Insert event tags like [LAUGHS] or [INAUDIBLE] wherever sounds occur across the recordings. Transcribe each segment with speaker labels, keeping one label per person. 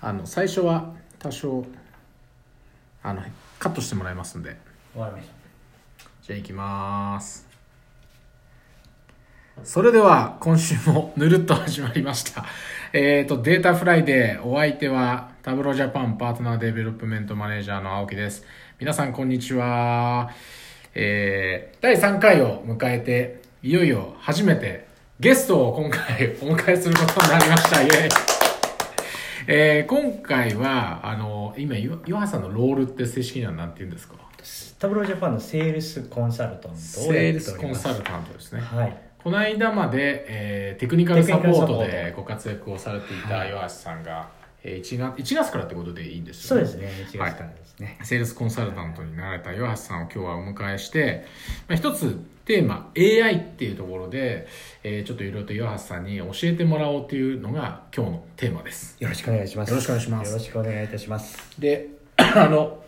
Speaker 1: あの最初は多少あのカットしてもらいますんで
Speaker 2: わかりました
Speaker 1: じゃあ行きますそれでは今週もぬるっと始まりました [LAUGHS] えっとデータフライデーお相手はタブロジャパンパートナーデベロップメントマネージャーの青木です皆さんこんにちはえー、第3回を迎えていよいよ初めてゲストを今回お迎えすることになりましたイエーイえー、今回はあの今ヨヨハさんのロールって正式には何て言うんですか
Speaker 2: タブロージャパンのセールスコンサルタントを
Speaker 1: セ
Speaker 2: や
Speaker 1: ー
Speaker 2: っ
Speaker 1: ル
Speaker 2: て
Speaker 1: ス
Speaker 2: お
Speaker 1: コ
Speaker 2: り
Speaker 1: ン
Speaker 2: ます
Speaker 1: サルタントですね
Speaker 2: はい
Speaker 1: この間まで、えーテクニカルサポート
Speaker 2: テクニカルサポ
Speaker 1: で
Speaker 2: ー
Speaker 1: ご活躍をされていた
Speaker 2: はい
Speaker 1: 岩橋さんが、えー 1, 月1月からってことでいいんです
Speaker 2: そう
Speaker 1: よ
Speaker 2: で
Speaker 1: ね
Speaker 2: すね1月からですね、
Speaker 1: セールスコンサルタントになられた岩橋さんを今日はお迎えして、まあ、一つテーマ AI っていうところで、えーちょっといろいろと岩橋さんに教えてもらおうというのが今日のテーマです
Speaker 2: よろしくお願いします
Speaker 1: よろしくお願いします
Speaker 2: よろしくお願いいたします
Speaker 1: で [COUGHS] あの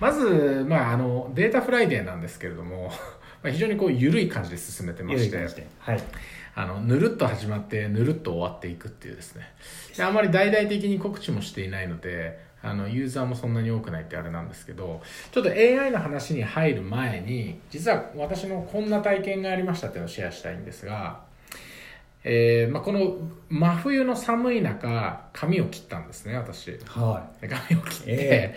Speaker 1: まず、まあ、あのデータフライデーなんですけれども [LAUGHS] まあ非常にこう緩い感じで進めてま
Speaker 2: よろ
Speaker 1: し
Speaker 2: してくお願いしてはい
Speaker 1: あのぬるっと始まってぬるっと終わっていくっていうですねであまり大々的に告知もしていないのであのユーザーもそんなに多くないってあれなんですけどちょっと AI の話に入る前に実は私のこんな体験がありましたっていうのをシェアしたいんですが、えーまあ、この真冬の寒い中髪を切ったんですね私。
Speaker 2: は
Speaker 1: で髪を切って、
Speaker 2: え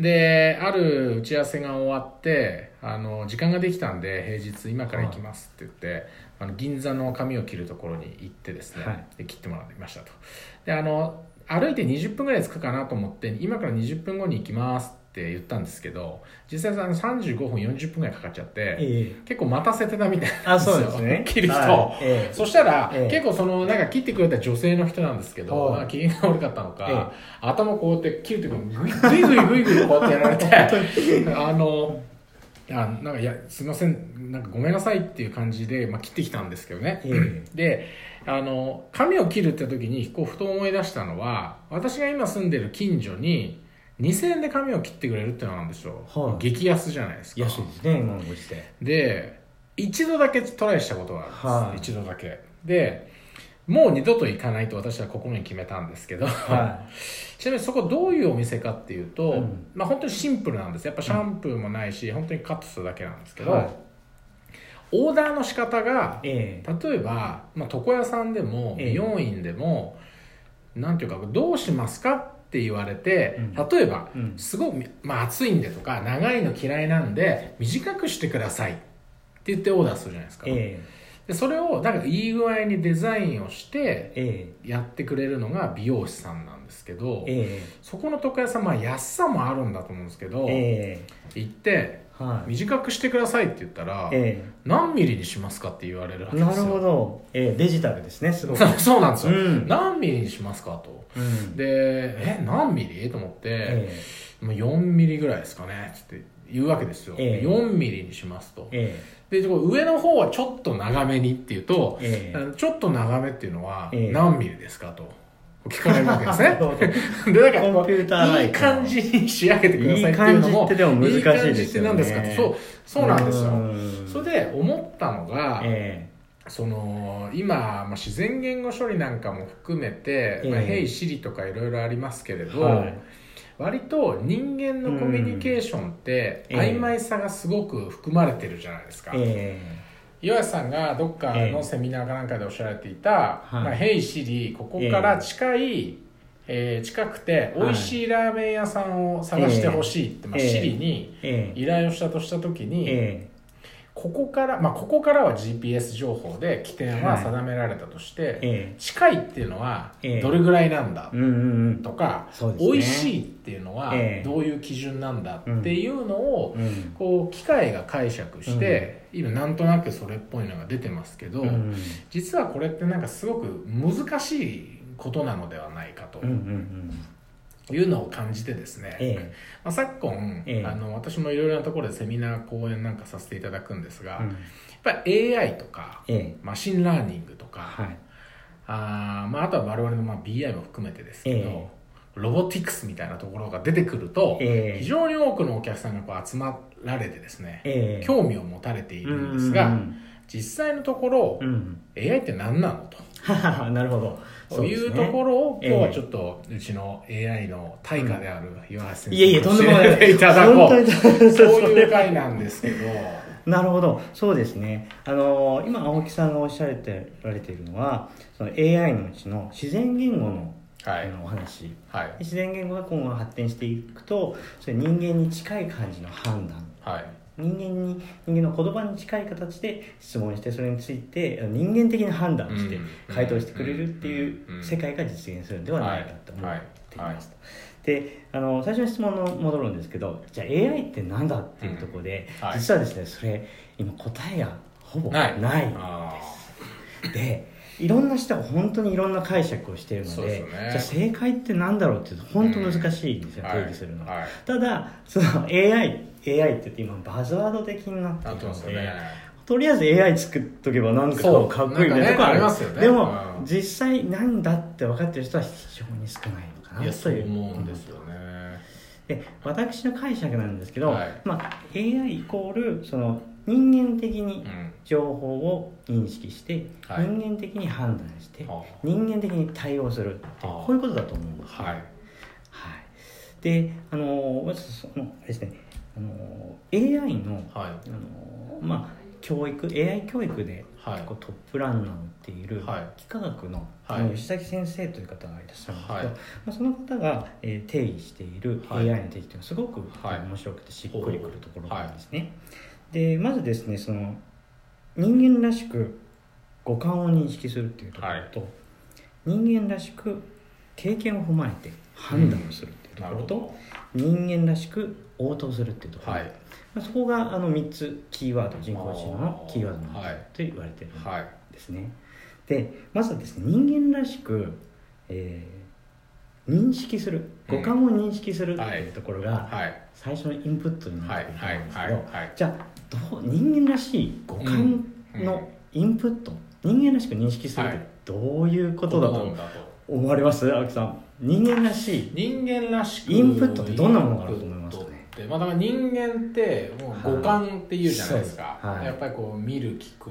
Speaker 1: である打ち合わせが終わってあの時間ができたんで平日今から行きますって言って、あの銀座の髪を切るところに行ってですね、
Speaker 2: はい
Speaker 1: で切ってもらいましたとであの歩いて20分ぐらい着くかなと思って今から20分後に行きますって言ったんですけど実際あの35分40分ぐらいかかっちゃって、
Speaker 2: え
Speaker 1: 結構待たせてたみたいな
Speaker 2: あそうで
Speaker 1: [LAUGHS]
Speaker 2: すね
Speaker 1: 切る人、
Speaker 2: はいええ
Speaker 1: そしたら、
Speaker 2: ええ
Speaker 1: 結構そのなんか切ってくれた女性の人なんですけど、
Speaker 2: はい
Speaker 1: まあ機嫌が悪かったのか、頭こうやって切る時にグイグイグイグイグイこうやってやられ
Speaker 2: [LAUGHS]
Speaker 1: てあのあなんかいやすいませんなんかごめんなさいっていう感じで、まあ、切ってきたんですけどね、
Speaker 2: え
Speaker 1: [LAUGHS]
Speaker 2: え
Speaker 1: であの髪を切るって時にこうふと思い出したのは私が今住んでる近所に2000円で髪を切ってくれるっていうのなんですよ、
Speaker 2: はい
Speaker 1: 激安じゃないですか
Speaker 2: 安いですね今のご時世
Speaker 1: で一度だけトライしたことがあるんです、
Speaker 2: は
Speaker 1: 一度だけでもう二度と行かないと私は心に決めたんですけど、 [LAUGHS]
Speaker 2: は
Speaker 1: ちなみにそこどういうお店かっていうと、
Speaker 2: うん
Speaker 1: まあ本当にシンプルなんですやっぱシャンプーもないし、本当にカットするだけなんですけど、
Speaker 2: はい
Speaker 1: オーダーの仕方が
Speaker 2: いえ
Speaker 1: 例えば、まあ、床屋さんでも
Speaker 2: ええ
Speaker 1: 美容院でも、なんていうか「どうしますか?」って言われて、
Speaker 2: うん
Speaker 1: 例えば、
Speaker 2: うん
Speaker 1: すごい、まあ、暑いんでとか長いの嫌いなんで短くしてくださいって言ってオーダーするじゃないですか、
Speaker 2: ええ
Speaker 1: でそれをなんかいい具合にデザインをして
Speaker 2: え
Speaker 1: やってくれるのが美容師さんなんですけど、
Speaker 2: ええ
Speaker 1: そこの床屋さん、まあ、安さもあるんだと思うんですけど、
Speaker 2: ええ
Speaker 1: 行って
Speaker 2: えはい
Speaker 1: 短くしてくださいって言ったら、
Speaker 2: え
Speaker 1: 何ミリにしますかって言われるわ
Speaker 2: え
Speaker 1: けで
Speaker 2: な
Speaker 1: す
Speaker 2: る
Speaker 1: よ
Speaker 2: ほどええデジタルですねすご
Speaker 1: [LAUGHS]
Speaker 2: く
Speaker 1: そう [LAUGHS] そうなんですよ、
Speaker 2: うん
Speaker 1: 何ミリにしますかと
Speaker 2: うん
Speaker 1: でえ何ミリと思って、
Speaker 2: え
Speaker 1: もう4ミリぐらいですかねつって言うわけですよ、
Speaker 2: ええ
Speaker 1: 4ミリにしますと、
Speaker 2: え
Speaker 1: でこう上の方はちょっと長めにっていうと、
Speaker 2: ええ
Speaker 1: あのちょっと長めっていうのは
Speaker 2: ええ
Speaker 1: 何ミリですかと聞かれるわけ
Speaker 2: [LAUGHS]
Speaker 1: です
Speaker 2: な
Speaker 1: ね
Speaker 2: るほ
Speaker 1: [LAUGHS]
Speaker 2: ど
Speaker 1: でだから
Speaker 2: コンピューターライ
Speaker 1: いい
Speaker 2: ク
Speaker 1: 感じに仕上げてくださいっていうのも
Speaker 2: いい感じってでも難しいですよ
Speaker 1: い
Speaker 2: ね
Speaker 1: い感じってなんですかとそうそうなんですよ
Speaker 2: ん
Speaker 1: それで思ったのが、
Speaker 2: え
Speaker 1: その今、まあ、自然言語処理なんかも含めて「
Speaker 2: ええ
Speaker 1: まあ、Hey Siri」とかいろいろありますけれ
Speaker 2: え
Speaker 1: ど、
Speaker 2: はい
Speaker 1: 割と人間のコミュニケーションって
Speaker 2: うん
Speaker 1: 曖昧さがすごく含まれてるじゃないですか。
Speaker 2: え
Speaker 1: 岩橋さんがどっか
Speaker 2: え
Speaker 1: の
Speaker 2: え
Speaker 1: セミナーかなんかでおっしゃられていた「
Speaker 2: はい
Speaker 1: まあ、Hey Siri」ここから近い、えー近くて美味しいラーメン屋さんを探してほしいって、まあ、
Speaker 2: ええ
Speaker 1: Siri に
Speaker 2: えええ
Speaker 1: 依頼をしたとした時に。
Speaker 2: え
Speaker 1: ここから、まあ、ここからは GPS 情報で起点は
Speaker 2: はい
Speaker 1: 定められたとして、
Speaker 2: ええ
Speaker 1: 近いっていうのは
Speaker 2: ええ
Speaker 1: どれぐらいなんだ
Speaker 2: うんうんうん
Speaker 1: とか、
Speaker 2: そうですね
Speaker 1: 美味しいっていうのは
Speaker 2: ええ
Speaker 1: どういう基準なんだっていうのを、
Speaker 2: うん
Speaker 1: こう機械が解釈して、今なんとなくそれっぽいのが出てますけど、
Speaker 2: うん
Speaker 1: 実はこれってなんかすごく難しいことなのではないかと
Speaker 2: うんうんうん
Speaker 1: いうのを感じてですね、
Speaker 2: え
Speaker 1: まあ、昨今、
Speaker 2: ええ
Speaker 1: あの私もいろいろなところでセミナー講演なんかさせていただくんです
Speaker 2: え
Speaker 1: が、
Speaker 2: うん
Speaker 1: やっぱり AI とか
Speaker 2: ええ
Speaker 1: マシンラーニングとか、
Speaker 2: はい
Speaker 1: あーまあ、あとは我々のまあ BI も含めてですけど、
Speaker 2: え
Speaker 1: ロボティクスみたいなところが出てくると、
Speaker 2: ええ
Speaker 1: 非常に多くのお客さんがこう集まられてですね、
Speaker 2: ええ
Speaker 1: 興味を持たれているんですが、
Speaker 2: うんうんうん
Speaker 1: 実際のところ、
Speaker 2: うん
Speaker 1: AI って何なのと
Speaker 2: [LAUGHS] なるほど
Speaker 1: そういうところを
Speaker 2: ええ
Speaker 1: 今日はちょっとうちの AI の対価である岩橋先
Speaker 2: いえいえ
Speaker 1: 生
Speaker 2: とんでもない
Speaker 1: 教えていただこ
Speaker 2: 本
Speaker 1: う
Speaker 2: 当に
Speaker 1: そういう回なんですけど
Speaker 2: [LAUGHS] なるほどそうですねあの今青木さんがおっしゃられてられているのはその AI のうちの自然言語の,、
Speaker 1: は
Speaker 2: あ
Speaker 1: い
Speaker 2: のお話
Speaker 1: はい
Speaker 2: 自然言語が今後発展していくとそれ人間に近い感じの判断
Speaker 1: はい
Speaker 2: 人間に人間の言葉に近い形で質問してそれについて人間的な判断をして
Speaker 1: うん
Speaker 2: 回答してくれるってい
Speaker 1: んう
Speaker 2: うん世界が実現するんではないかと思
Speaker 1: は
Speaker 2: っ
Speaker 1: い
Speaker 2: ていますと。であの最初の質問に戻るんですけどじゃあ AI って何だっていうところで、
Speaker 1: うんはい
Speaker 2: 実はですねそれ今答えがほぼな
Speaker 1: ないいあ
Speaker 2: でいろんな人が本当にいろんな解釈をしているの
Speaker 1: そう
Speaker 2: で
Speaker 1: ですよね
Speaker 2: じゃあ正解って何だろうっていうと本当難しいんですよ、
Speaker 1: ー
Speaker 2: 定義するのは、
Speaker 1: はい
Speaker 2: ただその AI AI って言って今バズワード的になって
Speaker 1: なってますよ
Speaker 2: るので
Speaker 1: ね
Speaker 2: とりあえず AI 作っとけばなんか
Speaker 1: そう
Speaker 2: かっこいいね
Speaker 1: な
Speaker 2: と
Speaker 1: んかね
Speaker 2: か
Speaker 1: ありますよね
Speaker 2: でも、
Speaker 1: うん
Speaker 2: 実際なんだって分かってる人は非常に少ないのか
Speaker 1: い
Speaker 2: な
Speaker 1: や
Speaker 2: と
Speaker 1: そう
Speaker 2: いう
Speaker 1: 思うんですよね
Speaker 2: で私の解釈なんですけど、
Speaker 1: はい
Speaker 2: まあ、AI イコールその人間的
Speaker 1: う
Speaker 2: に
Speaker 1: ん
Speaker 2: 情報を認識して、
Speaker 1: はい
Speaker 2: 人間的に判断して、
Speaker 1: は
Speaker 2: 人間的に対応するっていう
Speaker 1: はあ
Speaker 2: こういうことだと思うんですね
Speaker 1: はい
Speaker 2: はい、であのまずそのあれですねあの AI の
Speaker 1: はい
Speaker 2: あの、まあ、教育 AI 教育で
Speaker 1: はい
Speaker 2: 結構トップランナーを打っている
Speaker 1: はい
Speaker 2: 幾何学の,、
Speaker 1: はい
Speaker 2: あの吉崎先生という方がいらっしゃるんですけど、
Speaker 1: はい
Speaker 2: まあ、その方が、えー定義している
Speaker 1: はい
Speaker 2: AI の定義というのはすごく、
Speaker 1: はい
Speaker 2: 面白くてしっくりくるところなんですね。でまずですねその人間らしく五感を認識するっていうところと、人間らしく経験を踏まえて判断をするっていうと
Speaker 1: な
Speaker 2: こ
Speaker 1: る
Speaker 2: ろ
Speaker 1: ほ
Speaker 2: と、
Speaker 1: ど
Speaker 2: 人間らしく応答するっていうところ、
Speaker 1: はい
Speaker 2: まあ、そこがあの3つキーワード人工知能のキーワードなんだ
Speaker 1: はい
Speaker 2: と言われてるん
Speaker 1: はい
Speaker 2: ですね、でまずはですね人間らしく、えー認識する
Speaker 1: うん
Speaker 2: 五感を認識するって
Speaker 1: はい
Speaker 2: いうところが
Speaker 1: はい
Speaker 2: 最初のインプットになっ
Speaker 1: はい
Speaker 2: てくると
Speaker 1: はいは
Speaker 2: 思うんですけ
Speaker 1: い
Speaker 2: ど、
Speaker 1: はい
Speaker 2: じゃあどう人間らしい五感のインプット、人間らしく認識するってどういうことだ
Speaker 1: どうな
Speaker 2: と
Speaker 1: んだと
Speaker 2: 思われます青木さん人間らしい
Speaker 1: 人間らしく
Speaker 2: インプットってどんなものがあると思いますかね
Speaker 1: インプットってまあ、だから人間ってもう五感っていうじゃないですか、
Speaker 2: はいはい
Speaker 1: やっぱりこう見る聞く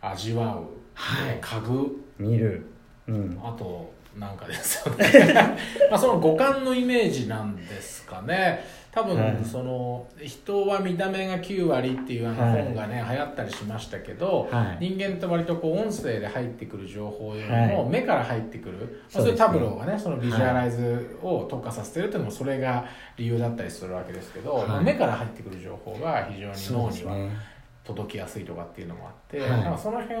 Speaker 1: 味わう、
Speaker 2: はい
Speaker 1: 嗅ぐ
Speaker 2: 見る、うん、
Speaker 1: あとなんかですよね [LAUGHS] まあその五感のイメージなんですかね多
Speaker 2: はい
Speaker 1: 分その人は見た目が9割っていうあの
Speaker 2: はい
Speaker 1: 本がね流行ったりしましたけど、
Speaker 2: はい
Speaker 1: 人間って割とこう音声で入ってくる情報より
Speaker 2: は
Speaker 1: も目から入ってくる、まあ
Speaker 2: そ
Speaker 1: そ
Speaker 2: うですね
Speaker 1: れタブローがねそのビジュアライズを特化させてるっていうのもそれが理由だったりするわけですけど、
Speaker 2: はい
Speaker 1: まあ目から入ってくる情報が非常に
Speaker 2: そう
Speaker 1: 脳
Speaker 2: です
Speaker 1: には
Speaker 2: ね
Speaker 1: 届きやすいとかっていうのもあって、
Speaker 2: はい
Speaker 1: なんかその辺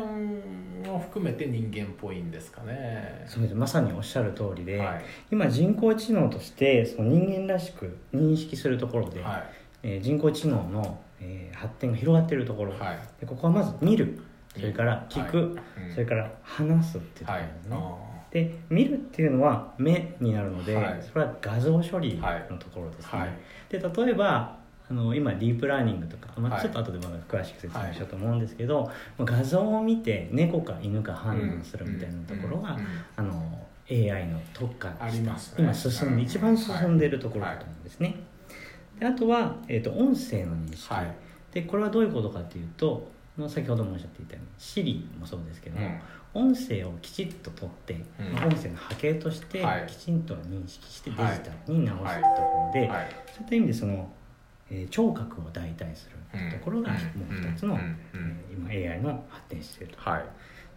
Speaker 1: も含めて人間っぽいんですかね。
Speaker 2: そうですまさにおっしゃる通りで、
Speaker 1: はい
Speaker 2: 今人工知能としてその人間らしく認識するところで、
Speaker 1: は
Speaker 2: えー人工知能の、えー発展が広がっているとこ
Speaker 1: い
Speaker 2: ろ、
Speaker 1: はい
Speaker 2: でここはまず見るそれから聞く、
Speaker 1: はいうん
Speaker 2: それから話すっていうとこ
Speaker 1: は
Speaker 2: ろ
Speaker 1: い
Speaker 2: ですね、
Speaker 1: あ
Speaker 2: で見るっていうのは目になるので、
Speaker 1: はい
Speaker 2: それは画像処理のところですね、
Speaker 1: はい
Speaker 2: で例えばあの今ディープラーニングとか、ま
Speaker 1: は
Speaker 2: あ、
Speaker 1: い
Speaker 2: ちょっと後でまだ詳しく説明しようと思うんですけど、まあ画像を見て猫か犬か
Speaker 1: ー
Speaker 2: 判断するみたいなところが、
Speaker 1: うんうん
Speaker 2: あの AI の特化
Speaker 1: ありますね
Speaker 2: 今進んで一番進んでいるところだと思うんですね、であとは、えー、と音声の認識、
Speaker 1: はい
Speaker 2: でこれはどういうことかというとまあ先ほどもおっしゃっていたように Siri もそうですけど
Speaker 1: う
Speaker 2: も、
Speaker 1: ん
Speaker 2: 音声をきちっと取って、
Speaker 1: うん
Speaker 2: まあ音声の波形として
Speaker 1: はい
Speaker 2: きちんと認識してデジ
Speaker 1: はい
Speaker 2: タルに直すところで、
Speaker 1: はい
Speaker 2: そういった意味でその、えー聴覚を代替するところがもう一つの、
Speaker 1: んんうん
Speaker 2: えー今 AI の発展していると。
Speaker 1: はい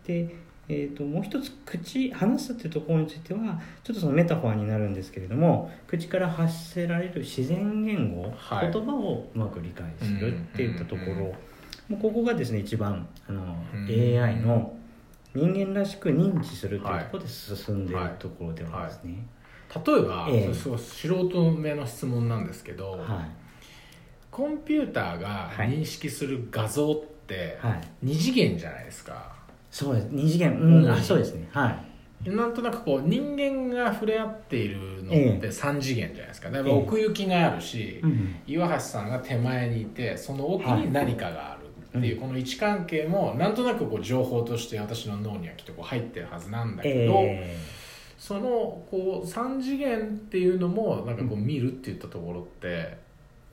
Speaker 2: でえー、ともう一つ口話すっていうところについてはちょっとそのメタファーになるんですけれども口から発せられる自然言語、
Speaker 1: はい
Speaker 2: 言葉をうまく理解するっていったところ、
Speaker 1: うんうんうんうん
Speaker 2: もうここがですね一番あの、
Speaker 1: うん
Speaker 2: AI の人間らしく認知するっていうところで進んでいるところではあるんですね。
Speaker 1: 例えば、
Speaker 2: ええ
Speaker 1: それすごい素人目の質問なんですけど、
Speaker 2: はい、
Speaker 1: コンピューターが認識する画像って
Speaker 2: はい
Speaker 1: 二次元じゃないですか、
Speaker 2: そうです二次元、うん、
Speaker 1: う
Speaker 2: あ
Speaker 1: ん
Speaker 2: そうですねはい
Speaker 1: なんとなくこう人間が触れ合っているのっ
Speaker 2: ええ
Speaker 1: て三次元じゃないですかだい
Speaker 2: え
Speaker 1: ぶ
Speaker 2: え
Speaker 1: 奥行きがあるし、
Speaker 2: うん
Speaker 1: 岩橋さんが手前にいてその奥に何かがあるっていう、この位置関係もなんとなくこう情報として私の脳にはきっとこう入ってるはずなんだけど、
Speaker 2: え
Speaker 1: そのこう3次元っていうのもなんかこう見るって言ったところって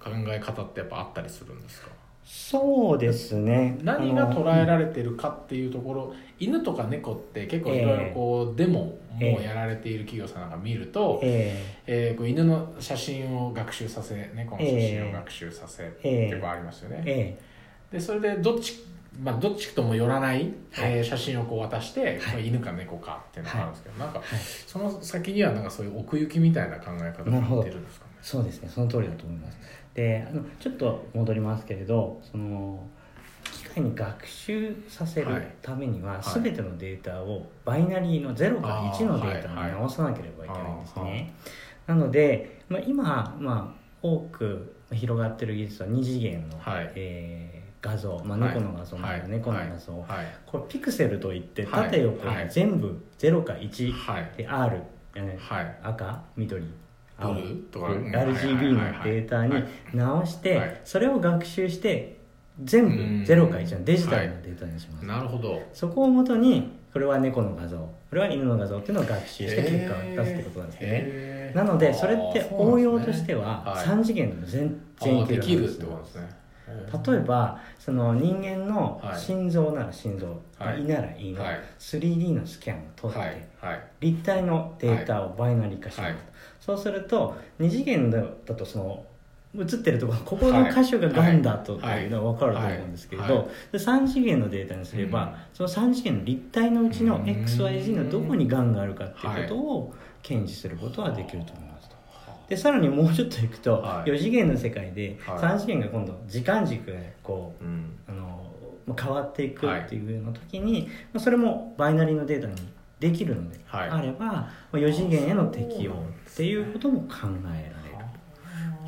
Speaker 1: 考え方ってやっぱあったりするんですか、
Speaker 2: ーそうですね
Speaker 1: 何が捉えられてるかっていうところ、犬とか猫って結構いろいろこう、でももうやられている企業さんなんか見ると、え
Speaker 2: え
Speaker 1: ーこう犬の写真を学習させ猫の写真を学習させ、
Speaker 2: ええ
Speaker 1: 結構ありますよね
Speaker 2: ー、え
Speaker 1: でそれでどっちまあ、どっちとも寄らない、
Speaker 2: はい
Speaker 1: えー写真をこう渡して、
Speaker 2: はい
Speaker 1: まあ犬か猫かっていうのがあるんですけど、なんか、
Speaker 2: はい
Speaker 1: その先にはなんかそういう奥行きみたいな考え方
Speaker 2: なるほ
Speaker 1: が
Speaker 2: ど
Speaker 1: 出るんですかね。
Speaker 2: そうですねその通りだと思いますであのちょっと戻りますけれどその機械に学習させる
Speaker 1: はい
Speaker 2: ためには、
Speaker 1: い
Speaker 2: 全てのデータをバイナリーの0から1のデータ
Speaker 1: あーはいは
Speaker 2: に
Speaker 1: い
Speaker 2: 直さなければいけないんです
Speaker 1: あーは
Speaker 2: ね、なので、まあ、今、まあ、多く広がってる技術は2次元の、
Speaker 1: はい
Speaker 2: えー画像、まあ、
Speaker 1: はい
Speaker 2: 猫の画像もある、
Speaker 1: はい
Speaker 2: 猫の画像、
Speaker 1: はい。
Speaker 2: これピクセルといって
Speaker 1: はい
Speaker 2: 縦横
Speaker 1: はい
Speaker 2: 全部0か1
Speaker 1: はい。
Speaker 2: で R、えー
Speaker 1: はい。
Speaker 2: 赤緑
Speaker 1: ブル
Speaker 2: 青
Speaker 1: ーとか。
Speaker 2: RGB のデータに直し
Speaker 1: は
Speaker 2: て
Speaker 1: い
Speaker 2: それを学習して全部
Speaker 1: うん
Speaker 2: 0か1のデジタルのデータにします、
Speaker 1: なるほど。
Speaker 2: そこをもとにこれは猫の画像これは犬の画像っていうのを学習して結果を出すってことなんですね、
Speaker 1: ね
Speaker 2: なのでそれって応用としては
Speaker 1: はい
Speaker 2: 3次元でも全
Speaker 1: 全
Speaker 2: 然
Speaker 1: 員できるっ
Speaker 2: ん
Speaker 1: てことですね。
Speaker 2: 例えばその人間の
Speaker 1: はい
Speaker 2: 心臓なら心臓、
Speaker 1: はい
Speaker 2: 胃なら胃の
Speaker 1: はい
Speaker 2: 3D のスキャンを取って、
Speaker 1: はい。はい。
Speaker 2: 立体のデータをバイナリー化します、
Speaker 1: はい
Speaker 2: そうすると2次元だとその映ってるところここの箇所ががんだとって
Speaker 1: はい
Speaker 2: いうのは分かると思うんですけれ
Speaker 1: はいは
Speaker 2: どで3次元のデータにすれば、
Speaker 1: うん
Speaker 2: その3次元の立体のうちの
Speaker 1: うん
Speaker 2: XYZ のどこにがんがあるかっていうことを検知することはできると思いますと。でさらにもうちょっといくと、
Speaker 1: はい
Speaker 2: 4次元の世界で
Speaker 1: はい
Speaker 2: 3次元が今度時間軸がこう
Speaker 1: うん。
Speaker 2: あのまあ変わっていくっていうような時に、まあそれもバイナリーのデータにできるので
Speaker 1: はい
Speaker 2: あれば、まあ4次元への適用
Speaker 1: そうなん
Speaker 2: っ
Speaker 1: です
Speaker 2: て
Speaker 1: ね
Speaker 2: いうことも考えられる。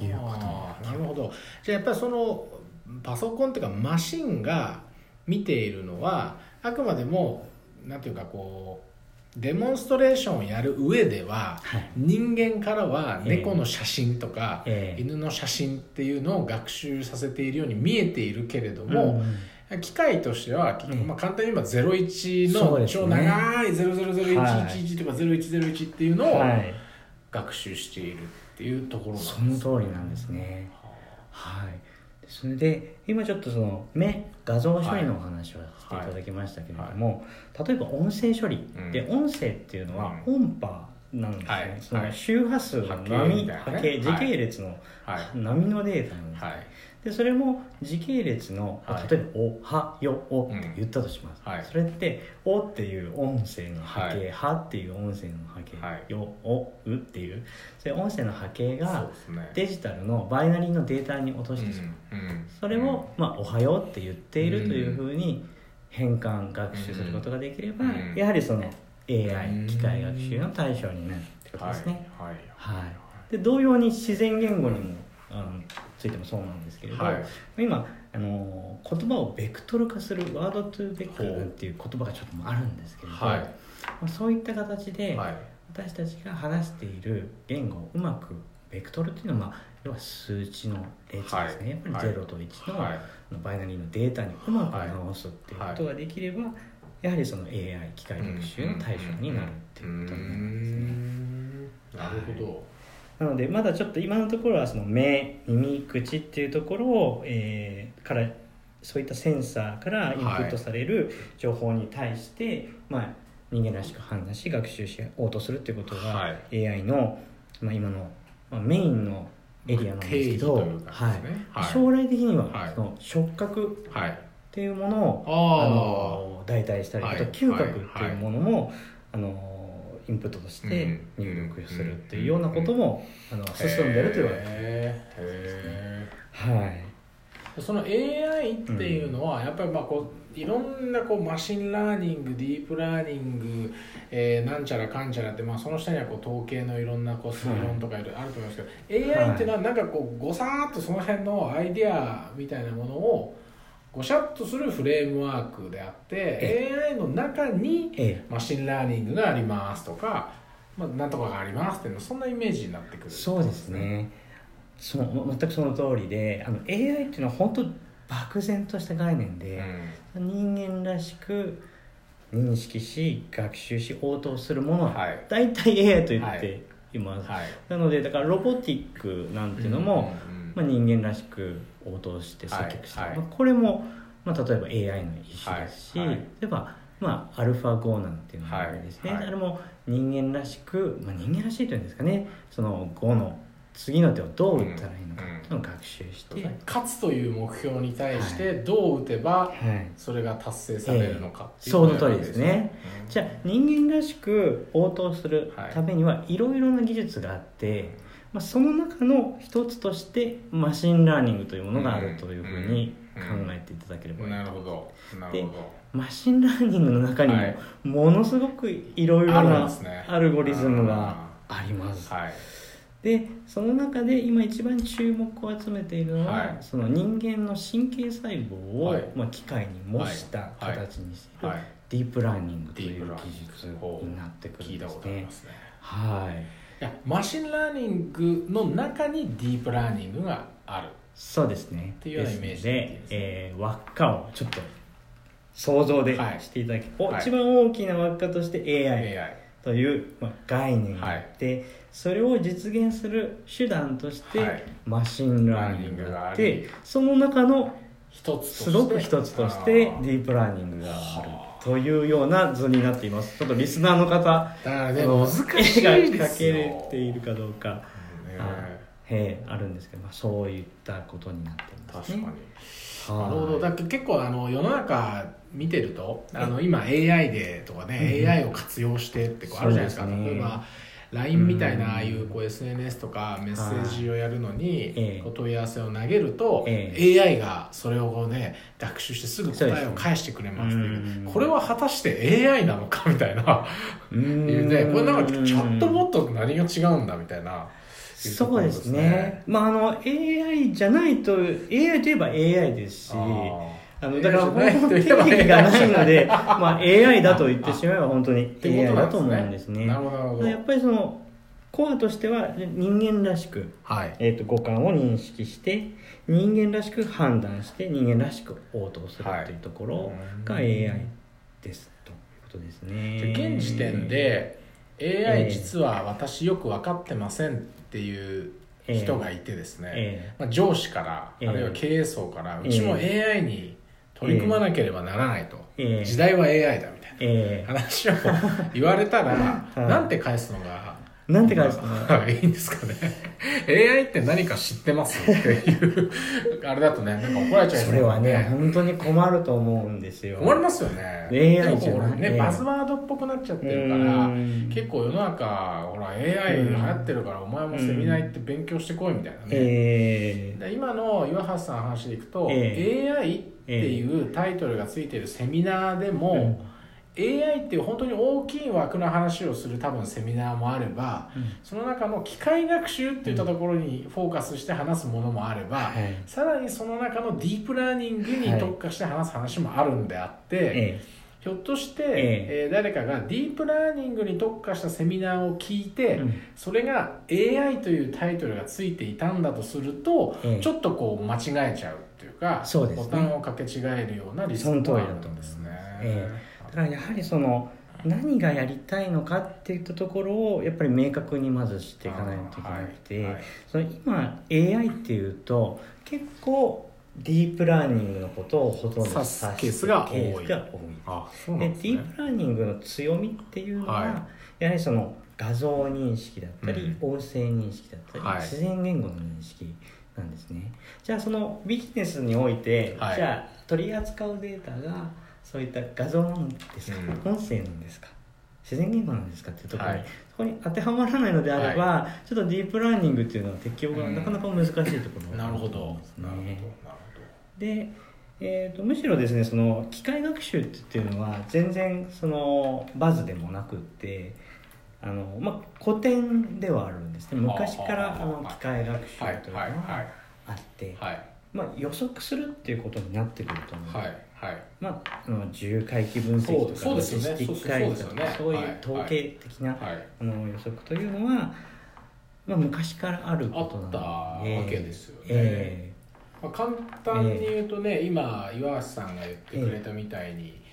Speaker 2: いうこと
Speaker 1: あーなるほどじゃあやっぱりそのパソコンっていうかマシンが見ているのはあくまでもなんていうかこうデモンストレーションをやる上では
Speaker 2: はい
Speaker 1: 人間からは
Speaker 2: ええ
Speaker 1: 猫の写真とか
Speaker 2: ええ
Speaker 1: 犬の写真っていうのを学習させているように見えているけれど
Speaker 2: も
Speaker 1: も、機械としては、
Speaker 2: ええ
Speaker 1: まあ、簡単に言えば01
Speaker 2: そう
Speaker 1: の
Speaker 2: ですね
Speaker 1: 超長い0001111とか0101っていうの
Speaker 2: う
Speaker 1: を
Speaker 2: はい、
Speaker 1: 学習しているっていうところなんです
Speaker 2: その通りなんですね。はい。それで今ちょっとその目画像処理のお話をしていただきましたけれども、例えば音声処理、
Speaker 1: うん
Speaker 2: で音声っていうのは
Speaker 1: う
Speaker 2: 音波なんですね、
Speaker 1: はい
Speaker 2: その
Speaker 1: はい
Speaker 2: 周波数の
Speaker 1: 波形み
Speaker 2: 波
Speaker 1: たいなね
Speaker 2: 波形時
Speaker 1: はい
Speaker 2: 系列の、
Speaker 1: はい
Speaker 2: 波のデータなんです、
Speaker 1: はい
Speaker 2: でそれも時系列の、
Speaker 1: はい
Speaker 2: 例えば「おはよお」っ
Speaker 1: うん
Speaker 2: て言ったとします、
Speaker 1: はい
Speaker 2: それって「お」っていう音声の波形「
Speaker 1: は
Speaker 2: は」っていう音声の波形「
Speaker 1: はい
Speaker 2: よおう」っていうそれ音声の波形
Speaker 1: そ
Speaker 2: が
Speaker 1: うですね
Speaker 2: デジタルのバイナリーのデータに落としてしまう、
Speaker 1: うんうん
Speaker 2: それを「まあ、おはよう」って言っているというふうに変換学習することができれば、
Speaker 1: うん
Speaker 2: やはりその AI、
Speaker 1: うん
Speaker 2: 機械学習の対象になるってことですね、
Speaker 1: はいはい
Speaker 2: はい、で同様に自然言語にもあのついてもそうなんですけれど、
Speaker 1: はい
Speaker 2: 今あの言葉をベクトル化するワードトゥベクトルっていう言葉がちょっとあるんですけれど、
Speaker 1: はい
Speaker 2: まあ、そういった形で
Speaker 1: はい
Speaker 2: 私たちが話している言語をうまくベクトルっていうのは、まあ、要は数値の列ですね、
Speaker 1: はい
Speaker 2: やっぱ
Speaker 1: はい
Speaker 2: り0と1の,、
Speaker 1: はい
Speaker 2: バイナリーのデータにうまく直すっていうことができれば、やはりその AI 機械学習の対象になるっていうことになるんです
Speaker 1: うん
Speaker 2: ね。
Speaker 1: なるほど
Speaker 2: なのでまだちょっと今のところはその目耳口っていうところを、えーからそういったセンサーからインプットされる情報に対して、まあ、人間らしく判断し学習し応答するっていうことが、
Speaker 1: は
Speaker 2: AI の、まあ、今の、まあ、メインのエリアなんですけど
Speaker 1: 定義というかですね
Speaker 2: はい
Speaker 1: はい
Speaker 2: 将来的には、
Speaker 1: はい
Speaker 2: その触覚
Speaker 1: はい
Speaker 2: っていうものを
Speaker 1: あ
Speaker 2: あ
Speaker 1: あ
Speaker 2: の代替したりあ
Speaker 1: は
Speaker 2: と
Speaker 1: い
Speaker 2: 嗅覚っていうものも、あのインプットとして
Speaker 1: うん
Speaker 2: 入力するっていうようなことも、あの進んでるというわけです、
Speaker 1: へ
Speaker 2: はい
Speaker 1: えその AI っていうのはやっぱりまあこういろんなこうマシンラーニングディープラーニング、えーなんちゃらかんちゃらって、まあ、その下にはこう統計のいろんなこう推論とかいろいろあると思いますけど、
Speaker 2: はい
Speaker 1: AI っていうのはなんかこうごさーっとその辺のアイデアみたいなものをごしゃっとするフレームワークであって
Speaker 2: え
Speaker 1: AI の中に
Speaker 2: え
Speaker 1: マシンラーニングがありますとか、まあ、なんとかがありますっていうのそんなイメージになってく
Speaker 2: え
Speaker 1: る
Speaker 2: そうですねその全くその通りであの AI っていうのは本当漠然とした概念
Speaker 1: う
Speaker 2: で、
Speaker 1: ん
Speaker 2: 人間らしく認識し学習し応答するものは
Speaker 1: はい
Speaker 2: 大体 AI と言っ
Speaker 1: は
Speaker 2: て
Speaker 1: い
Speaker 2: います、
Speaker 1: はい
Speaker 2: なのでだからロボティックなんていうのも、
Speaker 1: うんうんうん
Speaker 2: まあ、人間らしく応答して接客して、
Speaker 1: はいはい
Speaker 2: まあ、これも、まあ、例えば AI の一種ですし、
Speaker 1: はいはい
Speaker 2: 例えば、まあ、アルファ5なんていうのもあれですね、
Speaker 1: はいはい
Speaker 2: あれも人間らしく、まあ、人間らしいというんですかねその5の次の手をどう打ったらいいのかっていうのを学習して、はい
Speaker 1: 勝つという目標に対してどう打てばそれが達成されるのかっていう
Speaker 2: ええ
Speaker 1: ことなん
Speaker 2: その通りですね
Speaker 1: うん
Speaker 2: じゃあ人間らしく応答するためにはいろいろな技術があって、まあ、その中の一つとしてマシンラーニングというものがあるというふうに考えていただければいいと
Speaker 1: なるほどなるほど
Speaker 2: マシンラーニングの中にも
Speaker 1: はい
Speaker 2: ものすごくいろいろ
Speaker 1: あるん
Speaker 2: な
Speaker 1: ですね
Speaker 2: アルゴリズムがあります。
Speaker 1: はい
Speaker 2: でその中で今一番注目を集めているのは、
Speaker 1: はい
Speaker 2: その人間の神経細胞を、
Speaker 1: はい
Speaker 2: まあ、機械に模した形にしている
Speaker 1: はい
Speaker 2: ディープラーニングとい
Speaker 1: ディー
Speaker 2: う
Speaker 1: プラーニン
Speaker 2: 技
Speaker 1: グ
Speaker 2: 術になってくる
Speaker 1: 聞い
Speaker 2: ん
Speaker 1: た
Speaker 2: で
Speaker 1: こ
Speaker 2: す
Speaker 1: とあり
Speaker 2: ね
Speaker 1: ま。すね
Speaker 2: はい
Speaker 1: いやマシンラーニングの中にディープラーニングがある
Speaker 2: そうですね。
Speaker 1: っていうようなイメージでいい
Speaker 2: で
Speaker 1: ですね
Speaker 2: えー輪っかをちょっと想像でしていただき、
Speaker 1: はい
Speaker 2: お一番大きな輪っかとして AI、
Speaker 1: AI
Speaker 2: という、まあ、概念があって、それを実現する手段として、
Speaker 1: はい
Speaker 2: マシンラーニングがあっ
Speaker 1: ラーニング
Speaker 2: て
Speaker 1: が
Speaker 2: その中の
Speaker 1: 一つとして
Speaker 2: すごく一つとしてデ
Speaker 1: あ
Speaker 2: ィ
Speaker 1: ー
Speaker 2: ープラーニングがある
Speaker 1: は
Speaker 2: というような図になっていますちょっとリスナーの方
Speaker 1: だからね
Speaker 2: あの
Speaker 1: 難しいですよ
Speaker 2: 絵が描けれているかどうか、
Speaker 1: ね
Speaker 2: はいええあるんですけど、まあ、そういったことになってま
Speaker 1: 確
Speaker 2: す
Speaker 1: か
Speaker 2: ね
Speaker 1: に
Speaker 2: は
Speaker 1: ないるほどだから結構あの世の中見てるとあの今 AI でとかね、
Speaker 2: うん
Speaker 1: AI を活用してってこうあるじゃないですか
Speaker 2: そうですね
Speaker 1: 例えば LINE みたい
Speaker 2: うん
Speaker 1: なああいうこう SNS とかメッセージをやるのに、
Speaker 2: ええ
Speaker 1: こう問い合わせを投げると、
Speaker 2: え
Speaker 1: AI がそれをこうね学習してすぐ答えを返してくれますってい
Speaker 2: そうで
Speaker 1: う
Speaker 2: すねうん
Speaker 1: これは果たして AI なのかみたいな
Speaker 2: うーん
Speaker 1: いうねこれなんかチャットボットと何が違うんだみたいないうとこ
Speaker 2: そう
Speaker 1: ろで
Speaker 2: ですす
Speaker 1: ね
Speaker 2: ねまああの AI じゃないと AI といえば AI ですし
Speaker 1: あー
Speaker 2: あのだから
Speaker 1: AI
Speaker 2: 本当
Speaker 1: と
Speaker 2: に
Speaker 1: いえば AI
Speaker 2: 定義がない
Speaker 1: [LAUGHS]
Speaker 2: ので、まあ、AI だと言ってしまえば本当に
Speaker 1: ってこ
Speaker 2: AI
Speaker 1: とな
Speaker 2: だ
Speaker 1: んですね
Speaker 2: と思うんですね。
Speaker 1: なるほどなるほど
Speaker 2: やっぱりそのコアとしては人間らしく、
Speaker 1: はい
Speaker 2: えー、と五感を認識して人間らしく判断して人間らしく応答する
Speaker 1: はい
Speaker 2: というところが
Speaker 1: うん
Speaker 2: AI ですということですね。
Speaker 1: じゃあ現時点で AI 実は私よく分かってませんっていう人がいてですね、
Speaker 2: え
Speaker 1: まあ、上司から、
Speaker 2: ええ
Speaker 1: あるいは経営層から、
Speaker 2: ええ
Speaker 1: うちも AI に取り組まなければならないと、
Speaker 2: ええ
Speaker 1: 時代は AI だみたい
Speaker 2: ーえ
Speaker 1: な話を [LAUGHS] 言われたら、
Speaker 2: い
Speaker 1: なんて返すのが
Speaker 2: ーなんて
Speaker 1: [LAUGHS]
Speaker 2: 返すの、
Speaker 1: まあいいんですかね AI って何か知ってますっていうあれだとねなんか怒られちゃい
Speaker 2: そ
Speaker 1: ます
Speaker 2: れはね本当に困ると思うんですよ。
Speaker 1: 困りますよね
Speaker 2: AI
Speaker 1: 結構ほら
Speaker 2: じゃ
Speaker 1: ね
Speaker 2: ない
Speaker 1: バズワードっぽくなっちゃってるか
Speaker 2: う
Speaker 1: ら
Speaker 2: ん
Speaker 1: 結構世の中ほら AI 流行ってるからお前もセミナー行って勉強してこいみたいなね、
Speaker 2: えー
Speaker 1: で今の岩橋さんの話でいくと、
Speaker 2: え
Speaker 1: AI っていうタイトルがついてるセミナーで
Speaker 2: う
Speaker 1: も
Speaker 2: ん、
Speaker 1: AI っていう本当に大きい枠の話をする多分セミナーもあれば、
Speaker 2: うん
Speaker 1: その中の機械学習っていったところにフォーカスして話すものもあれば、
Speaker 2: はい
Speaker 1: さらにその中のディープラーニング
Speaker 2: は
Speaker 1: に
Speaker 2: い
Speaker 1: 特化して話す話もあるんであって、
Speaker 2: え
Speaker 1: ひょっとして、え
Speaker 2: え
Speaker 1: ー誰かがディープラーニングに特化したセミナーを聞いて、
Speaker 2: ーうん
Speaker 1: それが AI というタイトルがついていたんだとすると、
Speaker 2: ええ
Speaker 1: ちょっとこう間違えちゃうっていうか
Speaker 2: そうですね
Speaker 1: ボタンをかけ違えるようなリスクもあるんですね。
Speaker 2: その通りだと思いまだからやはりその何がやりたいのかっていったところをやっぱり明確にまずしていかないといけなくて、
Speaker 1: はいはい
Speaker 2: その今 AI っていうと結構ディープラーニングのことをほとんど
Speaker 1: 指すケースが多い
Speaker 2: 指すケースが多い
Speaker 1: あそう
Speaker 2: でディープラーニングの強みっていうのは、
Speaker 1: は
Speaker 2: やはりその画像認識だったり、
Speaker 1: う
Speaker 2: 音声認識だったり、
Speaker 1: はい
Speaker 2: 自然言語の認識なんですねじゃあそのビジネスにおいて、
Speaker 1: はい
Speaker 2: じゃあ取り扱うデータがそういった画像なんですか、音声なんですか自然言語なんですかっていうところに、
Speaker 1: はい
Speaker 2: そこに当てはまらないのであれば、ちょっとディープラーニングっていうのは適用がなかなか難しいところ
Speaker 1: なるほ
Speaker 2: だと
Speaker 1: ど
Speaker 2: 思うんですね
Speaker 1: なるほどなる
Speaker 2: で、えー、とむしろですねその機械学習っていうのは全然そのバズでもなくってあの、まあ、古典ではあるんですね昔から
Speaker 1: あー
Speaker 2: あの機械学習
Speaker 1: ほどはい
Speaker 2: というの
Speaker 1: はい
Speaker 2: があって、
Speaker 1: はい
Speaker 2: まあ、予測するっていうことになってくると思うんです、
Speaker 1: はいはい
Speaker 2: まあ、あの自由回帰分析とか
Speaker 1: そうですよね
Speaker 2: ロジスティック回帰と
Speaker 1: そ
Speaker 2: かそう
Speaker 1: そう
Speaker 2: う
Speaker 1: ですよね
Speaker 2: いう統計的な、
Speaker 1: はいはい
Speaker 2: あの予測というのは、まあ、昔からある
Speaker 1: あ
Speaker 2: ことなの
Speaker 1: った
Speaker 2: で
Speaker 1: わけですよね、
Speaker 2: え
Speaker 1: まあ、簡単に言うとね、今岩橋さんが言ってくれたみたいに、えー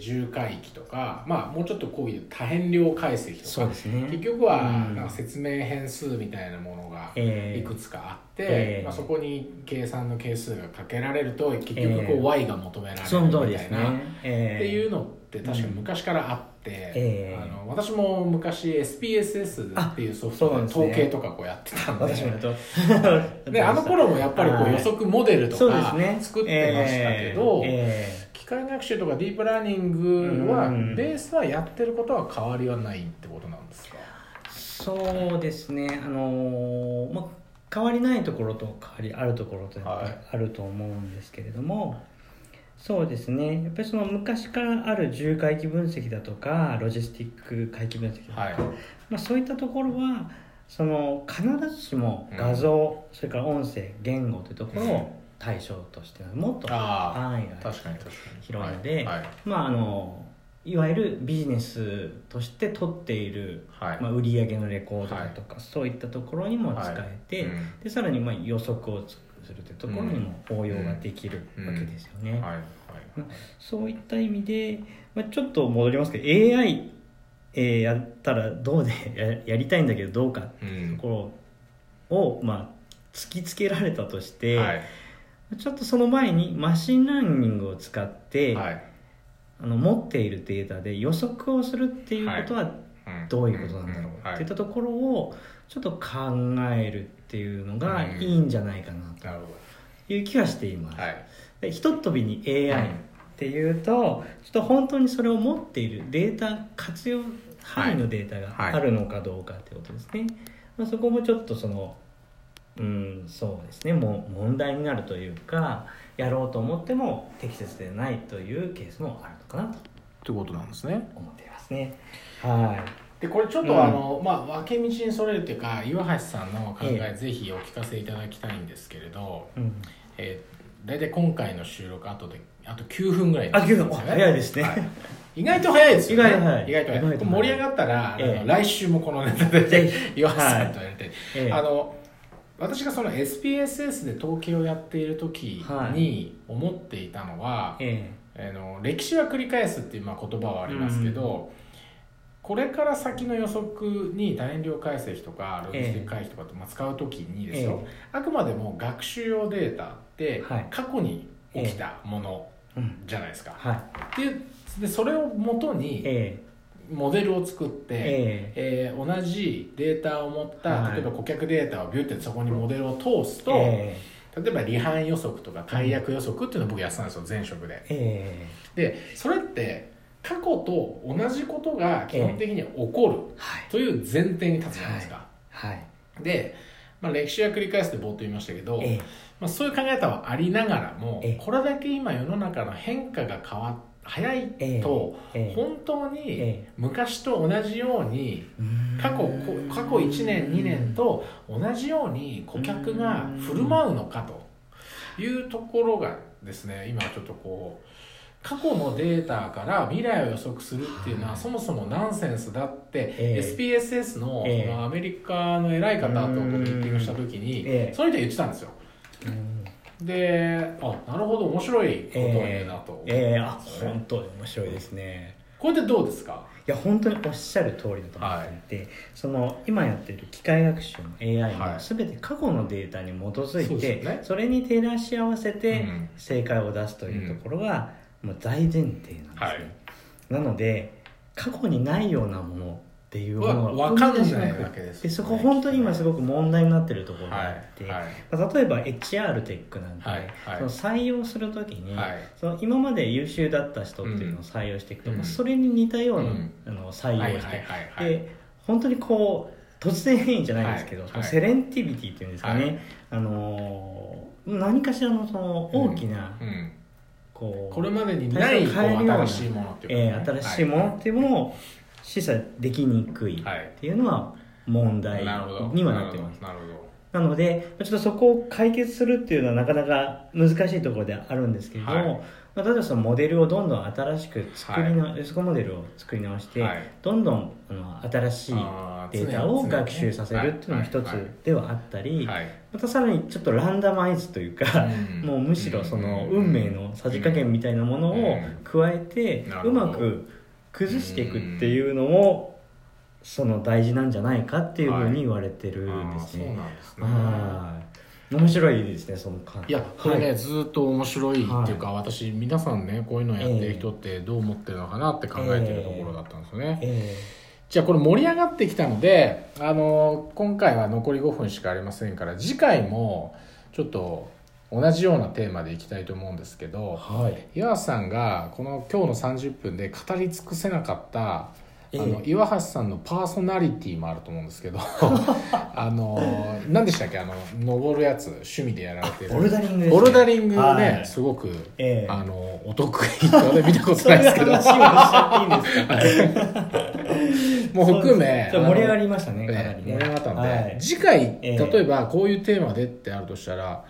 Speaker 1: 重回帰とか、まあ、もうちょっと講義で多変量解析と
Speaker 2: そう
Speaker 1: か
Speaker 2: ですね
Speaker 1: 結局は
Speaker 2: うん
Speaker 1: なんか説明変数みたいなものが
Speaker 2: えー
Speaker 1: いくつかあって、
Speaker 2: えー
Speaker 1: まあ、そこに計算の係数がかけられると結
Speaker 2: え
Speaker 1: 局こ
Speaker 2: ー
Speaker 1: う y が求められるみた
Speaker 2: その通りで
Speaker 1: い
Speaker 2: す
Speaker 1: な、
Speaker 2: ね、え
Speaker 1: っていう
Speaker 2: の
Speaker 1: のって確かに昔からあって、
Speaker 2: えー
Speaker 1: あの私も昔 SPSS っていうソフト
Speaker 2: あ
Speaker 1: で
Speaker 2: そう
Speaker 1: 統
Speaker 2: なんですね
Speaker 1: 計とかこうやってたんで
Speaker 2: 私もやっと
Speaker 1: であの頃もやっぱりこ
Speaker 2: は
Speaker 1: う
Speaker 2: い
Speaker 1: 予測モデルと
Speaker 2: そうで
Speaker 1: か
Speaker 2: すね
Speaker 1: 作ってましたけど、
Speaker 2: えーえ
Speaker 1: 機械学習とかディープラーニングは
Speaker 2: うん
Speaker 1: ベースはやってることは変わりはないってことなんですか、
Speaker 2: ーそうですねあのーまあ変わりないところと変わりあるところとやっぱり
Speaker 1: はい
Speaker 2: あると思うんですけれども、そうですねやっぱりその昔からある重回帰分析だとかロジスティック回帰分析だとか、
Speaker 1: はい
Speaker 2: まあ、そういったところはその必ずしも画像、それから音声言語というところ
Speaker 1: うん
Speaker 2: を対象としてもっと
Speaker 1: あ
Speaker 2: 範囲が
Speaker 1: 確かに確かに
Speaker 2: 広いので
Speaker 1: はいはい
Speaker 2: まああのいわゆるビジネスとして取っている、
Speaker 1: はい
Speaker 2: まあ、売上のレコードだとか、そういったところにも使えて、
Speaker 1: はい
Speaker 2: でさらにまあ予測をするというところにも応用ができるわけですよね。
Speaker 1: うんはいはい
Speaker 2: そういった意味で、まあ、ちょっと戻りますけど AI、えーやったらどうでややりたいんだけどどうかっていうところを、まあ、突きつけられたとして、
Speaker 1: はい
Speaker 2: ちょっとその前にマシンラーニングを使って、
Speaker 1: はい
Speaker 2: あの持っているデータで予測をするっていうことは
Speaker 1: ん
Speaker 2: どういうことなんだろう
Speaker 1: はい
Speaker 2: っていったところをちょっと考えるっていうのが
Speaker 1: うん
Speaker 2: いいんじゃないかな
Speaker 1: なるほ
Speaker 2: という気はしています。
Speaker 1: どはい
Speaker 2: でひとっ飛びに
Speaker 1: うん
Speaker 2: AI っていうとちょっと本当にそれを持っているデータ活用範囲のデータ
Speaker 1: はい
Speaker 2: があるのかどうかってことですね、まあ、そこもちょっとそのうんそうですねもう問題になるというかやろうと思っても適切でないというケースもあるのかなと
Speaker 1: ということなんですね
Speaker 2: 思っていますねはい
Speaker 1: でこれちょっ
Speaker 2: うん
Speaker 1: とあの、まあ分け道にそれるというか岩橋さんの考え、ぜひお聞かせいただきたいんですけれど、
Speaker 2: うん、
Speaker 1: えー、大体今回の収録あとであと9分ぐらいに
Speaker 2: あ
Speaker 1: なって
Speaker 2: け
Speaker 1: るん
Speaker 2: ど
Speaker 1: で
Speaker 2: お
Speaker 1: すよね
Speaker 2: 早いですね、
Speaker 1: は意外と早いですよね
Speaker 2: 意外と早い
Speaker 1: 意外と
Speaker 2: 意
Speaker 1: 早
Speaker 2: 外
Speaker 1: い
Speaker 2: と
Speaker 1: こ
Speaker 2: 早い
Speaker 1: れ盛り上がったら、あの
Speaker 2: ええ
Speaker 1: 来週もこのネタで
Speaker 2: ぜ
Speaker 1: 岩橋さんとやりたい、
Speaker 2: ええ
Speaker 1: あの私がその SPSS で統計をやっている時に思っていたのは、
Speaker 2: え
Speaker 1: あの歴史は繰り返すっていうまあ言葉はありますけど、これから先の予測に大量解析とかロジスティック解析とかってまあ使う時にですよ、あくまでも学習用データって
Speaker 2: はい
Speaker 1: 過去に起きたもの
Speaker 2: えうん
Speaker 1: じゃないですか。
Speaker 2: はい
Speaker 1: っていうでそれをもとに
Speaker 2: え
Speaker 1: モデルを作っ
Speaker 2: え
Speaker 1: て、
Speaker 2: え
Speaker 1: えー同じデータを持った、
Speaker 2: はい
Speaker 1: 例えば顧客データをビュってそこにモデルを通す
Speaker 2: え
Speaker 1: と、
Speaker 2: え
Speaker 1: 例えば離反予測とか解約予測っていうのを僕やってたんですよ前職で。
Speaker 2: ええ
Speaker 1: でそれって過去と同じことが基本的に起こ
Speaker 2: はい
Speaker 1: るという前提に立つじゃないですか、
Speaker 2: はい
Speaker 1: で、まあ、歴史は繰り返すって冒頭言いましたけど、
Speaker 2: ええ
Speaker 1: まあ、そういう考え方はありながらも、
Speaker 2: ええ
Speaker 1: これだけ今世の中の変化が変わっ早い
Speaker 2: ええ
Speaker 1: と、
Speaker 2: ええ
Speaker 1: 本当
Speaker 2: え
Speaker 1: に
Speaker 2: え
Speaker 1: 昔と同じように過去こ
Speaker 2: うん
Speaker 1: 過去1年2年と同じように顧客が振る舞うのかというところがですね今ちょっとこう過去のデータから未来を予測するっていうのはそもそもナンセンスだって、
Speaker 2: ええ
Speaker 1: SPSS の
Speaker 2: ええ
Speaker 1: そのアメリカの偉い方と僕ミーティングした時に、
Speaker 2: ええ
Speaker 1: その人言ってたんですよ
Speaker 2: うん
Speaker 1: であなるほど面白いことを言うなと、
Speaker 2: ええあ本当に面白いですね
Speaker 1: これってどうですか
Speaker 2: いや本当におっしゃる通りだと思っていて、その今やっている機械学習も AI
Speaker 1: は
Speaker 2: も
Speaker 1: い
Speaker 2: 全て過去のデータに基づ
Speaker 1: そう
Speaker 2: い
Speaker 1: で
Speaker 2: て、
Speaker 1: すよね
Speaker 2: それに照らし合わせ
Speaker 1: う
Speaker 2: て
Speaker 1: ん
Speaker 2: 正解を出すというところが、もう大前提なんですね、
Speaker 1: はい
Speaker 2: なので過去にないようなものっていうも
Speaker 1: わ
Speaker 2: の
Speaker 1: わかんないわけです
Speaker 2: でそこ本当に今すごく問題になってるところがあって、
Speaker 1: はいはい
Speaker 2: まあ例えば HR テックなんて、
Speaker 1: はいはい
Speaker 2: その採用するときに、
Speaker 1: はい
Speaker 2: その今まで優秀だった人っていうのを採用していくと、まあそれに似たような、
Speaker 1: うん
Speaker 2: あの採
Speaker 1: はいは
Speaker 2: 用を
Speaker 1: い
Speaker 2: して、
Speaker 1: はいはい
Speaker 2: で本当にこう突然変異じゃないですけど、
Speaker 1: はい
Speaker 2: そのセレンティビティっていうんですかね、
Speaker 1: はい
Speaker 2: あのー何かしらのその大きな、
Speaker 1: うん
Speaker 2: こう
Speaker 1: これまでにないこう
Speaker 2: 変えるような
Speaker 1: 新しいものっていう
Speaker 2: えー新しいものっていうものを示唆できにくいっ
Speaker 1: はい
Speaker 2: ていうのは問題
Speaker 1: なるほど
Speaker 2: にはなってます。
Speaker 1: なるほどなる
Speaker 2: なのでちょっとそこを解決するっていうのはなかなか難しいところではあるんですけれども、
Speaker 1: はい
Speaker 2: まあ、例えばそのモデルをどんどん新しく作りな、そこモデルを作り直して、
Speaker 1: はい
Speaker 2: どんどんあの新しい
Speaker 1: ほどああ
Speaker 2: データを学習させるっていうのが一つではあったり、
Speaker 1: はい
Speaker 2: またさらにちょっとランダマイズというか、
Speaker 1: うん
Speaker 2: [LAUGHS] もうむしろその
Speaker 1: うん
Speaker 2: 運命のさじ加減みたいなものを
Speaker 1: うん
Speaker 2: 加えて
Speaker 1: なる
Speaker 2: う
Speaker 1: ほど
Speaker 2: まく崩していくっていうのもその大事なんじゃないかっていうふうに言われてるん
Speaker 1: あ
Speaker 2: で
Speaker 1: あ
Speaker 2: す
Speaker 1: そう
Speaker 2: ね。
Speaker 1: なんですね
Speaker 2: はい面白いですねその感
Speaker 1: いやこれね、
Speaker 2: はい
Speaker 1: ずーっと面白いっていうか、私皆さんねこういうのやってる人ってどう思ってるのかなって考えてるところだったんですよね、
Speaker 2: え
Speaker 1: じゃあこれ盛り上がってきたのであの今回は残り5分しかありませんから次回もちょっと同じようなテーマでいきたいと思うんですけ
Speaker 2: え
Speaker 1: ど
Speaker 2: はい
Speaker 1: 岩橋さんがこの今日の30分で語り尽くせなかったあ
Speaker 2: ええ
Speaker 1: の岩橋さんのパーソナリティもあると思うんです
Speaker 2: [LAUGHS]
Speaker 1: けどあの何でしたっけあの登るやつ趣味でやられてる
Speaker 2: ボルダリングですね
Speaker 1: ボルダリングをね、
Speaker 2: はい
Speaker 1: すごく、
Speaker 2: ええ
Speaker 1: あのお得意とね見たこと
Speaker 2: [LAUGHS] そう
Speaker 1: ないいうですけど
Speaker 2: 話をしちゃっていいんですか
Speaker 1: もう含め
Speaker 2: ちょっと盛り上が
Speaker 1: あの
Speaker 2: りましたねかな
Speaker 1: ね
Speaker 2: り
Speaker 1: 盛り
Speaker 2: ね
Speaker 1: 上がったので、
Speaker 2: はい
Speaker 1: 次回
Speaker 2: ええ
Speaker 1: 例えばこういうテーマでってあるとしたら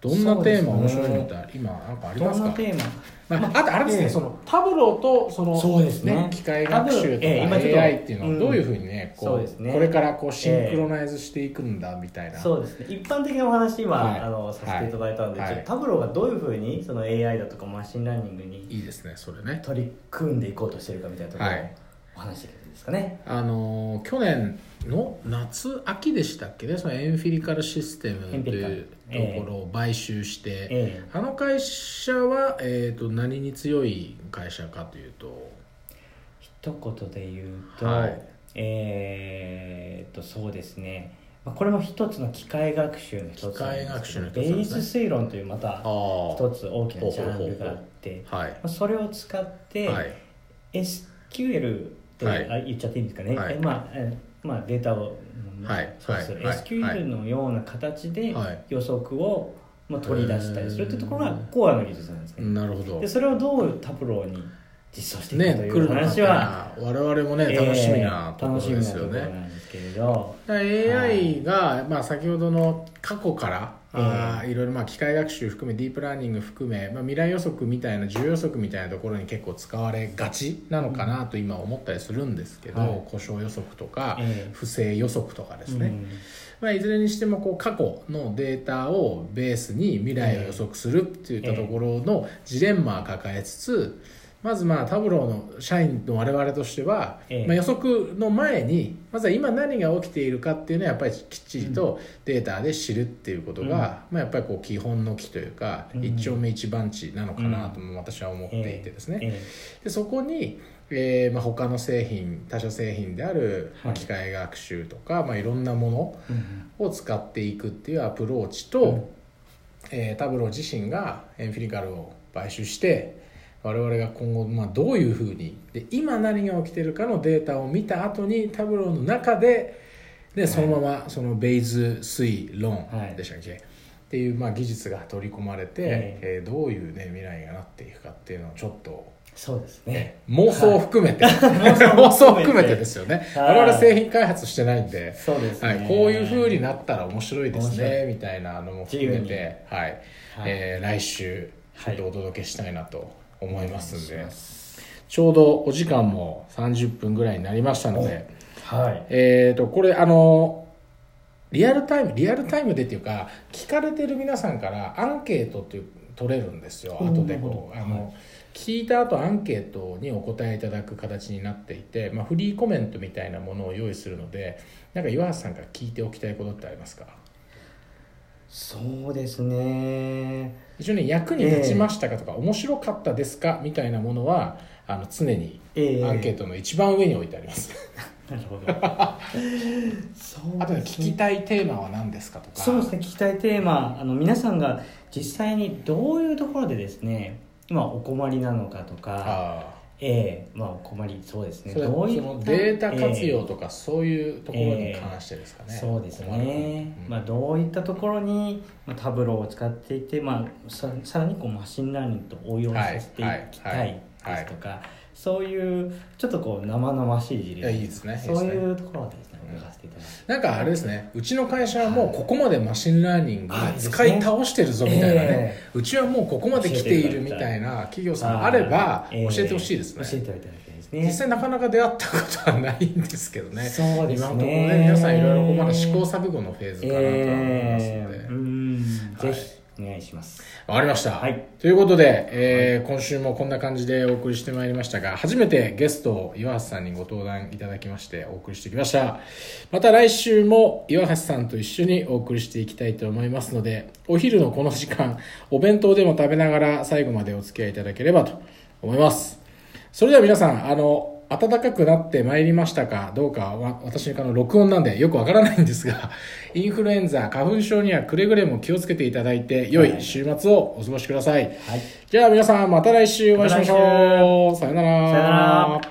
Speaker 1: どんなテーマ
Speaker 2: そう
Speaker 1: 面
Speaker 2: です
Speaker 1: 白
Speaker 2: ね
Speaker 1: いのって今なんかありま
Speaker 2: ど
Speaker 1: す
Speaker 2: んな
Speaker 1: か
Speaker 2: テーマ
Speaker 1: まあ、あとあれですね、
Speaker 2: ええ
Speaker 1: そのタブローとその
Speaker 2: そうですね
Speaker 1: 機械学習とか
Speaker 2: タブローええ今ちょっと
Speaker 1: AI っていうのはどういうふうにね,、
Speaker 2: うん
Speaker 1: こ
Speaker 2: そうですね
Speaker 1: これからこうシンクロナイズしていくんだみたいな、
Speaker 2: そうですね一般的なお話今、
Speaker 1: はい
Speaker 2: あのさせていただいたので、
Speaker 1: はい
Speaker 2: ちょっとタブローがどういうふうにその AI だとかマシンラーニングに
Speaker 1: いいですねそれね
Speaker 2: 取り組んでいこうとしてるかみたいなところを
Speaker 1: はい
Speaker 2: お話しできるんですかね、
Speaker 1: あのー去年の夏秋でしたっけねそのエンフィリカルシステム
Speaker 2: エン
Speaker 1: と
Speaker 2: フィリカ
Speaker 1: いう
Speaker 2: ル
Speaker 1: ところを買収して、
Speaker 2: ええ
Speaker 1: あの会社は、えー、と何に強い会社かというと
Speaker 2: 一言で言うと、
Speaker 1: はい
Speaker 2: えーっとそうですねまあこれも一つの機械学習の一つなん
Speaker 1: 機械学
Speaker 2: です
Speaker 1: 習
Speaker 2: け
Speaker 1: の
Speaker 2: ど
Speaker 1: 一つ
Speaker 2: ベ
Speaker 1: なんで
Speaker 2: ー
Speaker 1: す
Speaker 2: ス
Speaker 1: ね
Speaker 2: 推論というまた
Speaker 1: あ
Speaker 2: 一つ大きなジャンルがあって
Speaker 1: はい
Speaker 2: まあそれを使って、
Speaker 1: はい
Speaker 2: SQL って、
Speaker 1: はい
Speaker 2: あ言っちゃっていいんですかね、
Speaker 1: はい
Speaker 2: えまあえまあ、データを、うん
Speaker 1: はい
Speaker 2: そうする、
Speaker 1: はいはい
Speaker 2: SQL のような形で
Speaker 1: はい
Speaker 2: 予測を、まあ、取り出したりするっていうところ
Speaker 1: へ
Speaker 2: が
Speaker 1: ー
Speaker 2: コアの技術なんですね、
Speaker 1: なるほど
Speaker 2: でそれをどうタブローに実装していくかと
Speaker 1: ね
Speaker 2: い
Speaker 1: 来
Speaker 2: う
Speaker 1: るの
Speaker 2: 話は、
Speaker 1: は我々もね
Speaker 2: えー
Speaker 1: 楽しみなところですよね、
Speaker 2: 楽しみなところなんですけれど
Speaker 1: だから AI が、まあ、先ほどの過去から、あーいろいろまあ機械学習含めディープラーニング含め、まあ、未来予測みたいな需要予測みたいなところに結構使われがちなのかなと今思ったりするんですけど、
Speaker 2: はい
Speaker 1: 故障予測とか、
Speaker 2: ええ
Speaker 1: 不正予測とかですね、
Speaker 2: うん
Speaker 1: まあ、いずれにしてもこう過去のデータをベースに未来を予測するっていったところのジレンマを抱えつつまずまあタブローの社員の我々としては、
Speaker 2: ええ
Speaker 1: まあ、予測の前にまずは今何が起きているかっていうのはやっぱりきっちりとデータで知るっていうことが、
Speaker 2: うん
Speaker 1: まあ、やっぱりこう基本の木というか
Speaker 2: うん
Speaker 1: 一丁目一番地なのかなとも私は思っていてですね。
Speaker 2: ええ
Speaker 1: でそこに、えーまあ、他の製品他社製品である、まあ、
Speaker 2: はい
Speaker 1: 機械学習とか、いまあ、いろんなもの
Speaker 2: うん
Speaker 1: を使っていくっていうアプローチと、
Speaker 2: うん
Speaker 1: えータブロー自身がエンフィリカルを買収して我々が今後、まあ、どういうふうにで今何が起きてるかのデータを見た後にタブローの中ででそのままそのベイズ推論
Speaker 2: はい
Speaker 1: でしたっけ、っていうまあ技術が取り込まれて、
Speaker 2: え
Speaker 1: えーどういう、ね、未来がなっていくかっていうのをちょっと
Speaker 2: そうですね
Speaker 1: 妄想を含めて、妄
Speaker 2: 妄
Speaker 1: 想
Speaker 2: 想
Speaker 1: を含
Speaker 2: を
Speaker 1: め
Speaker 2: 含めて
Speaker 1: てですよね、
Speaker 2: はい
Speaker 1: 我々製品開発してないんで
Speaker 2: そうですね
Speaker 1: はい、こういうふうになったら面白いです
Speaker 2: 面
Speaker 1: ねみたいなのも含め
Speaker 2: 自由に
Speaker 1: て、はいえー来週ちょっとお届けしたいなと思いますんで、
Speaker 2: お願いしま
Speaker 1: ちょうどお時間も30分ぐらいになりましたので、
Speaker 2: はい
Speaker 1: えー、とこれあのリアルタイムリアルタイムでっていうか聞かれてる皆さんからアンケートっていう取れるんですよ
Speaker 2: おー
Speaker 1: 後でこうあの、
Speaker 2: は
Speaker 1: 聞いた後アンケートにお答えいただく形になっていて、まあ、フリーコメントみたいなものを用意するのでなんか岩橋さんから聞いておきたいことってありますか
Speaker 2: そうですね
Speaker 1: 一応ね役に立ちましたかとか、面白かったですかみたいなものはあの常に
Speaker 2: ええ
Speaker 1: アンケートの一番上に置いてあります、
Speaker 2: なる
Speaker 1: [LAUGHS]
Speaker 2: ほど。そう
Speaker 1: あとね聞きたいテーマは何ですかとか
Speaker 2: そうですね、聞きたいテーマ、あの皆さんが実際にどういうところでですね、今お困りなのかとか、
Speaker 1: あー
Speaker 2: ええまあお困り、そうですね、
Speaker 1: それ
Speaker 2: どうい
Speaker 1: そ
Speaker 2: っ
Speaker 1: の
Speaker 2: た
Speaker 1: データ活
Speaker 2: え
Speaker 1: 用とかそういうところに関してですか
Speaker 2: え
Speaker 1: ね、
Speaker 2: そうです
Speaker 1: 困ること
Speaker 2: ね、
Speaker 1: うん
Speaker 2: まあ、どういったところに、まあ、タブローを使っていて、まあ、ささらにこうマシンラーニングと応用させていきたいですとか、そういうちょっとこう生々しい事例
Speaker 1: いやいいですね
Speaker 2: そう
Speaker 1: いいです
Speaker 2: いうところをですね
Speaker 1: うん
Speaker 2: 伺わせていただいて。
Speaker 1: なんかあれですねうちの会社はもうここまでマシンラーニングを使い倒してるぞみたいなね、うちはもうここまで来ているみたいな企業さんあれば教えてほしいですね、
Speaker 2: 教えていただきたいですですね
Speaker 1: 実際なかなか出会ったことはないんですけどね
Speaker 2: そうで
Speaker 1: 今の
Speaker 2: すね
Speaker 1: ところね皆さんいろいろこうまだ試行錯誤のフェーズかなとは思いますので、
Speaker 2: えーうん
Speaker 1: はい
Speaker 2: ぜひお願いします
Speaker 1: わかりました、
Speaker 2: はい
Speaker 1: ということで、えー今週もこんな感じでお送りしてまいりましたが初めてゲストを岩橋さんにご登壇いただきましてお送りしてきましたまた来週も岩橋さんと一緒にお送りしていきたいと思いますのでお昼のこの時間お弁当でも食べながら最後までお付き合いいただければと思いますそれでは皆さんあの暖かくなってまいりましたかどうかは私の録音なんでよくわからないんですが [LAUGHS] インフルエンザ花粉症にはくれぐれも気をつけていただいて良い週末をお過ごしください、
Speaker 2: はい
Speaker 1: じゃあ皆さんまた来週お会いしましょう、さよなら
Speaker 2: さよなら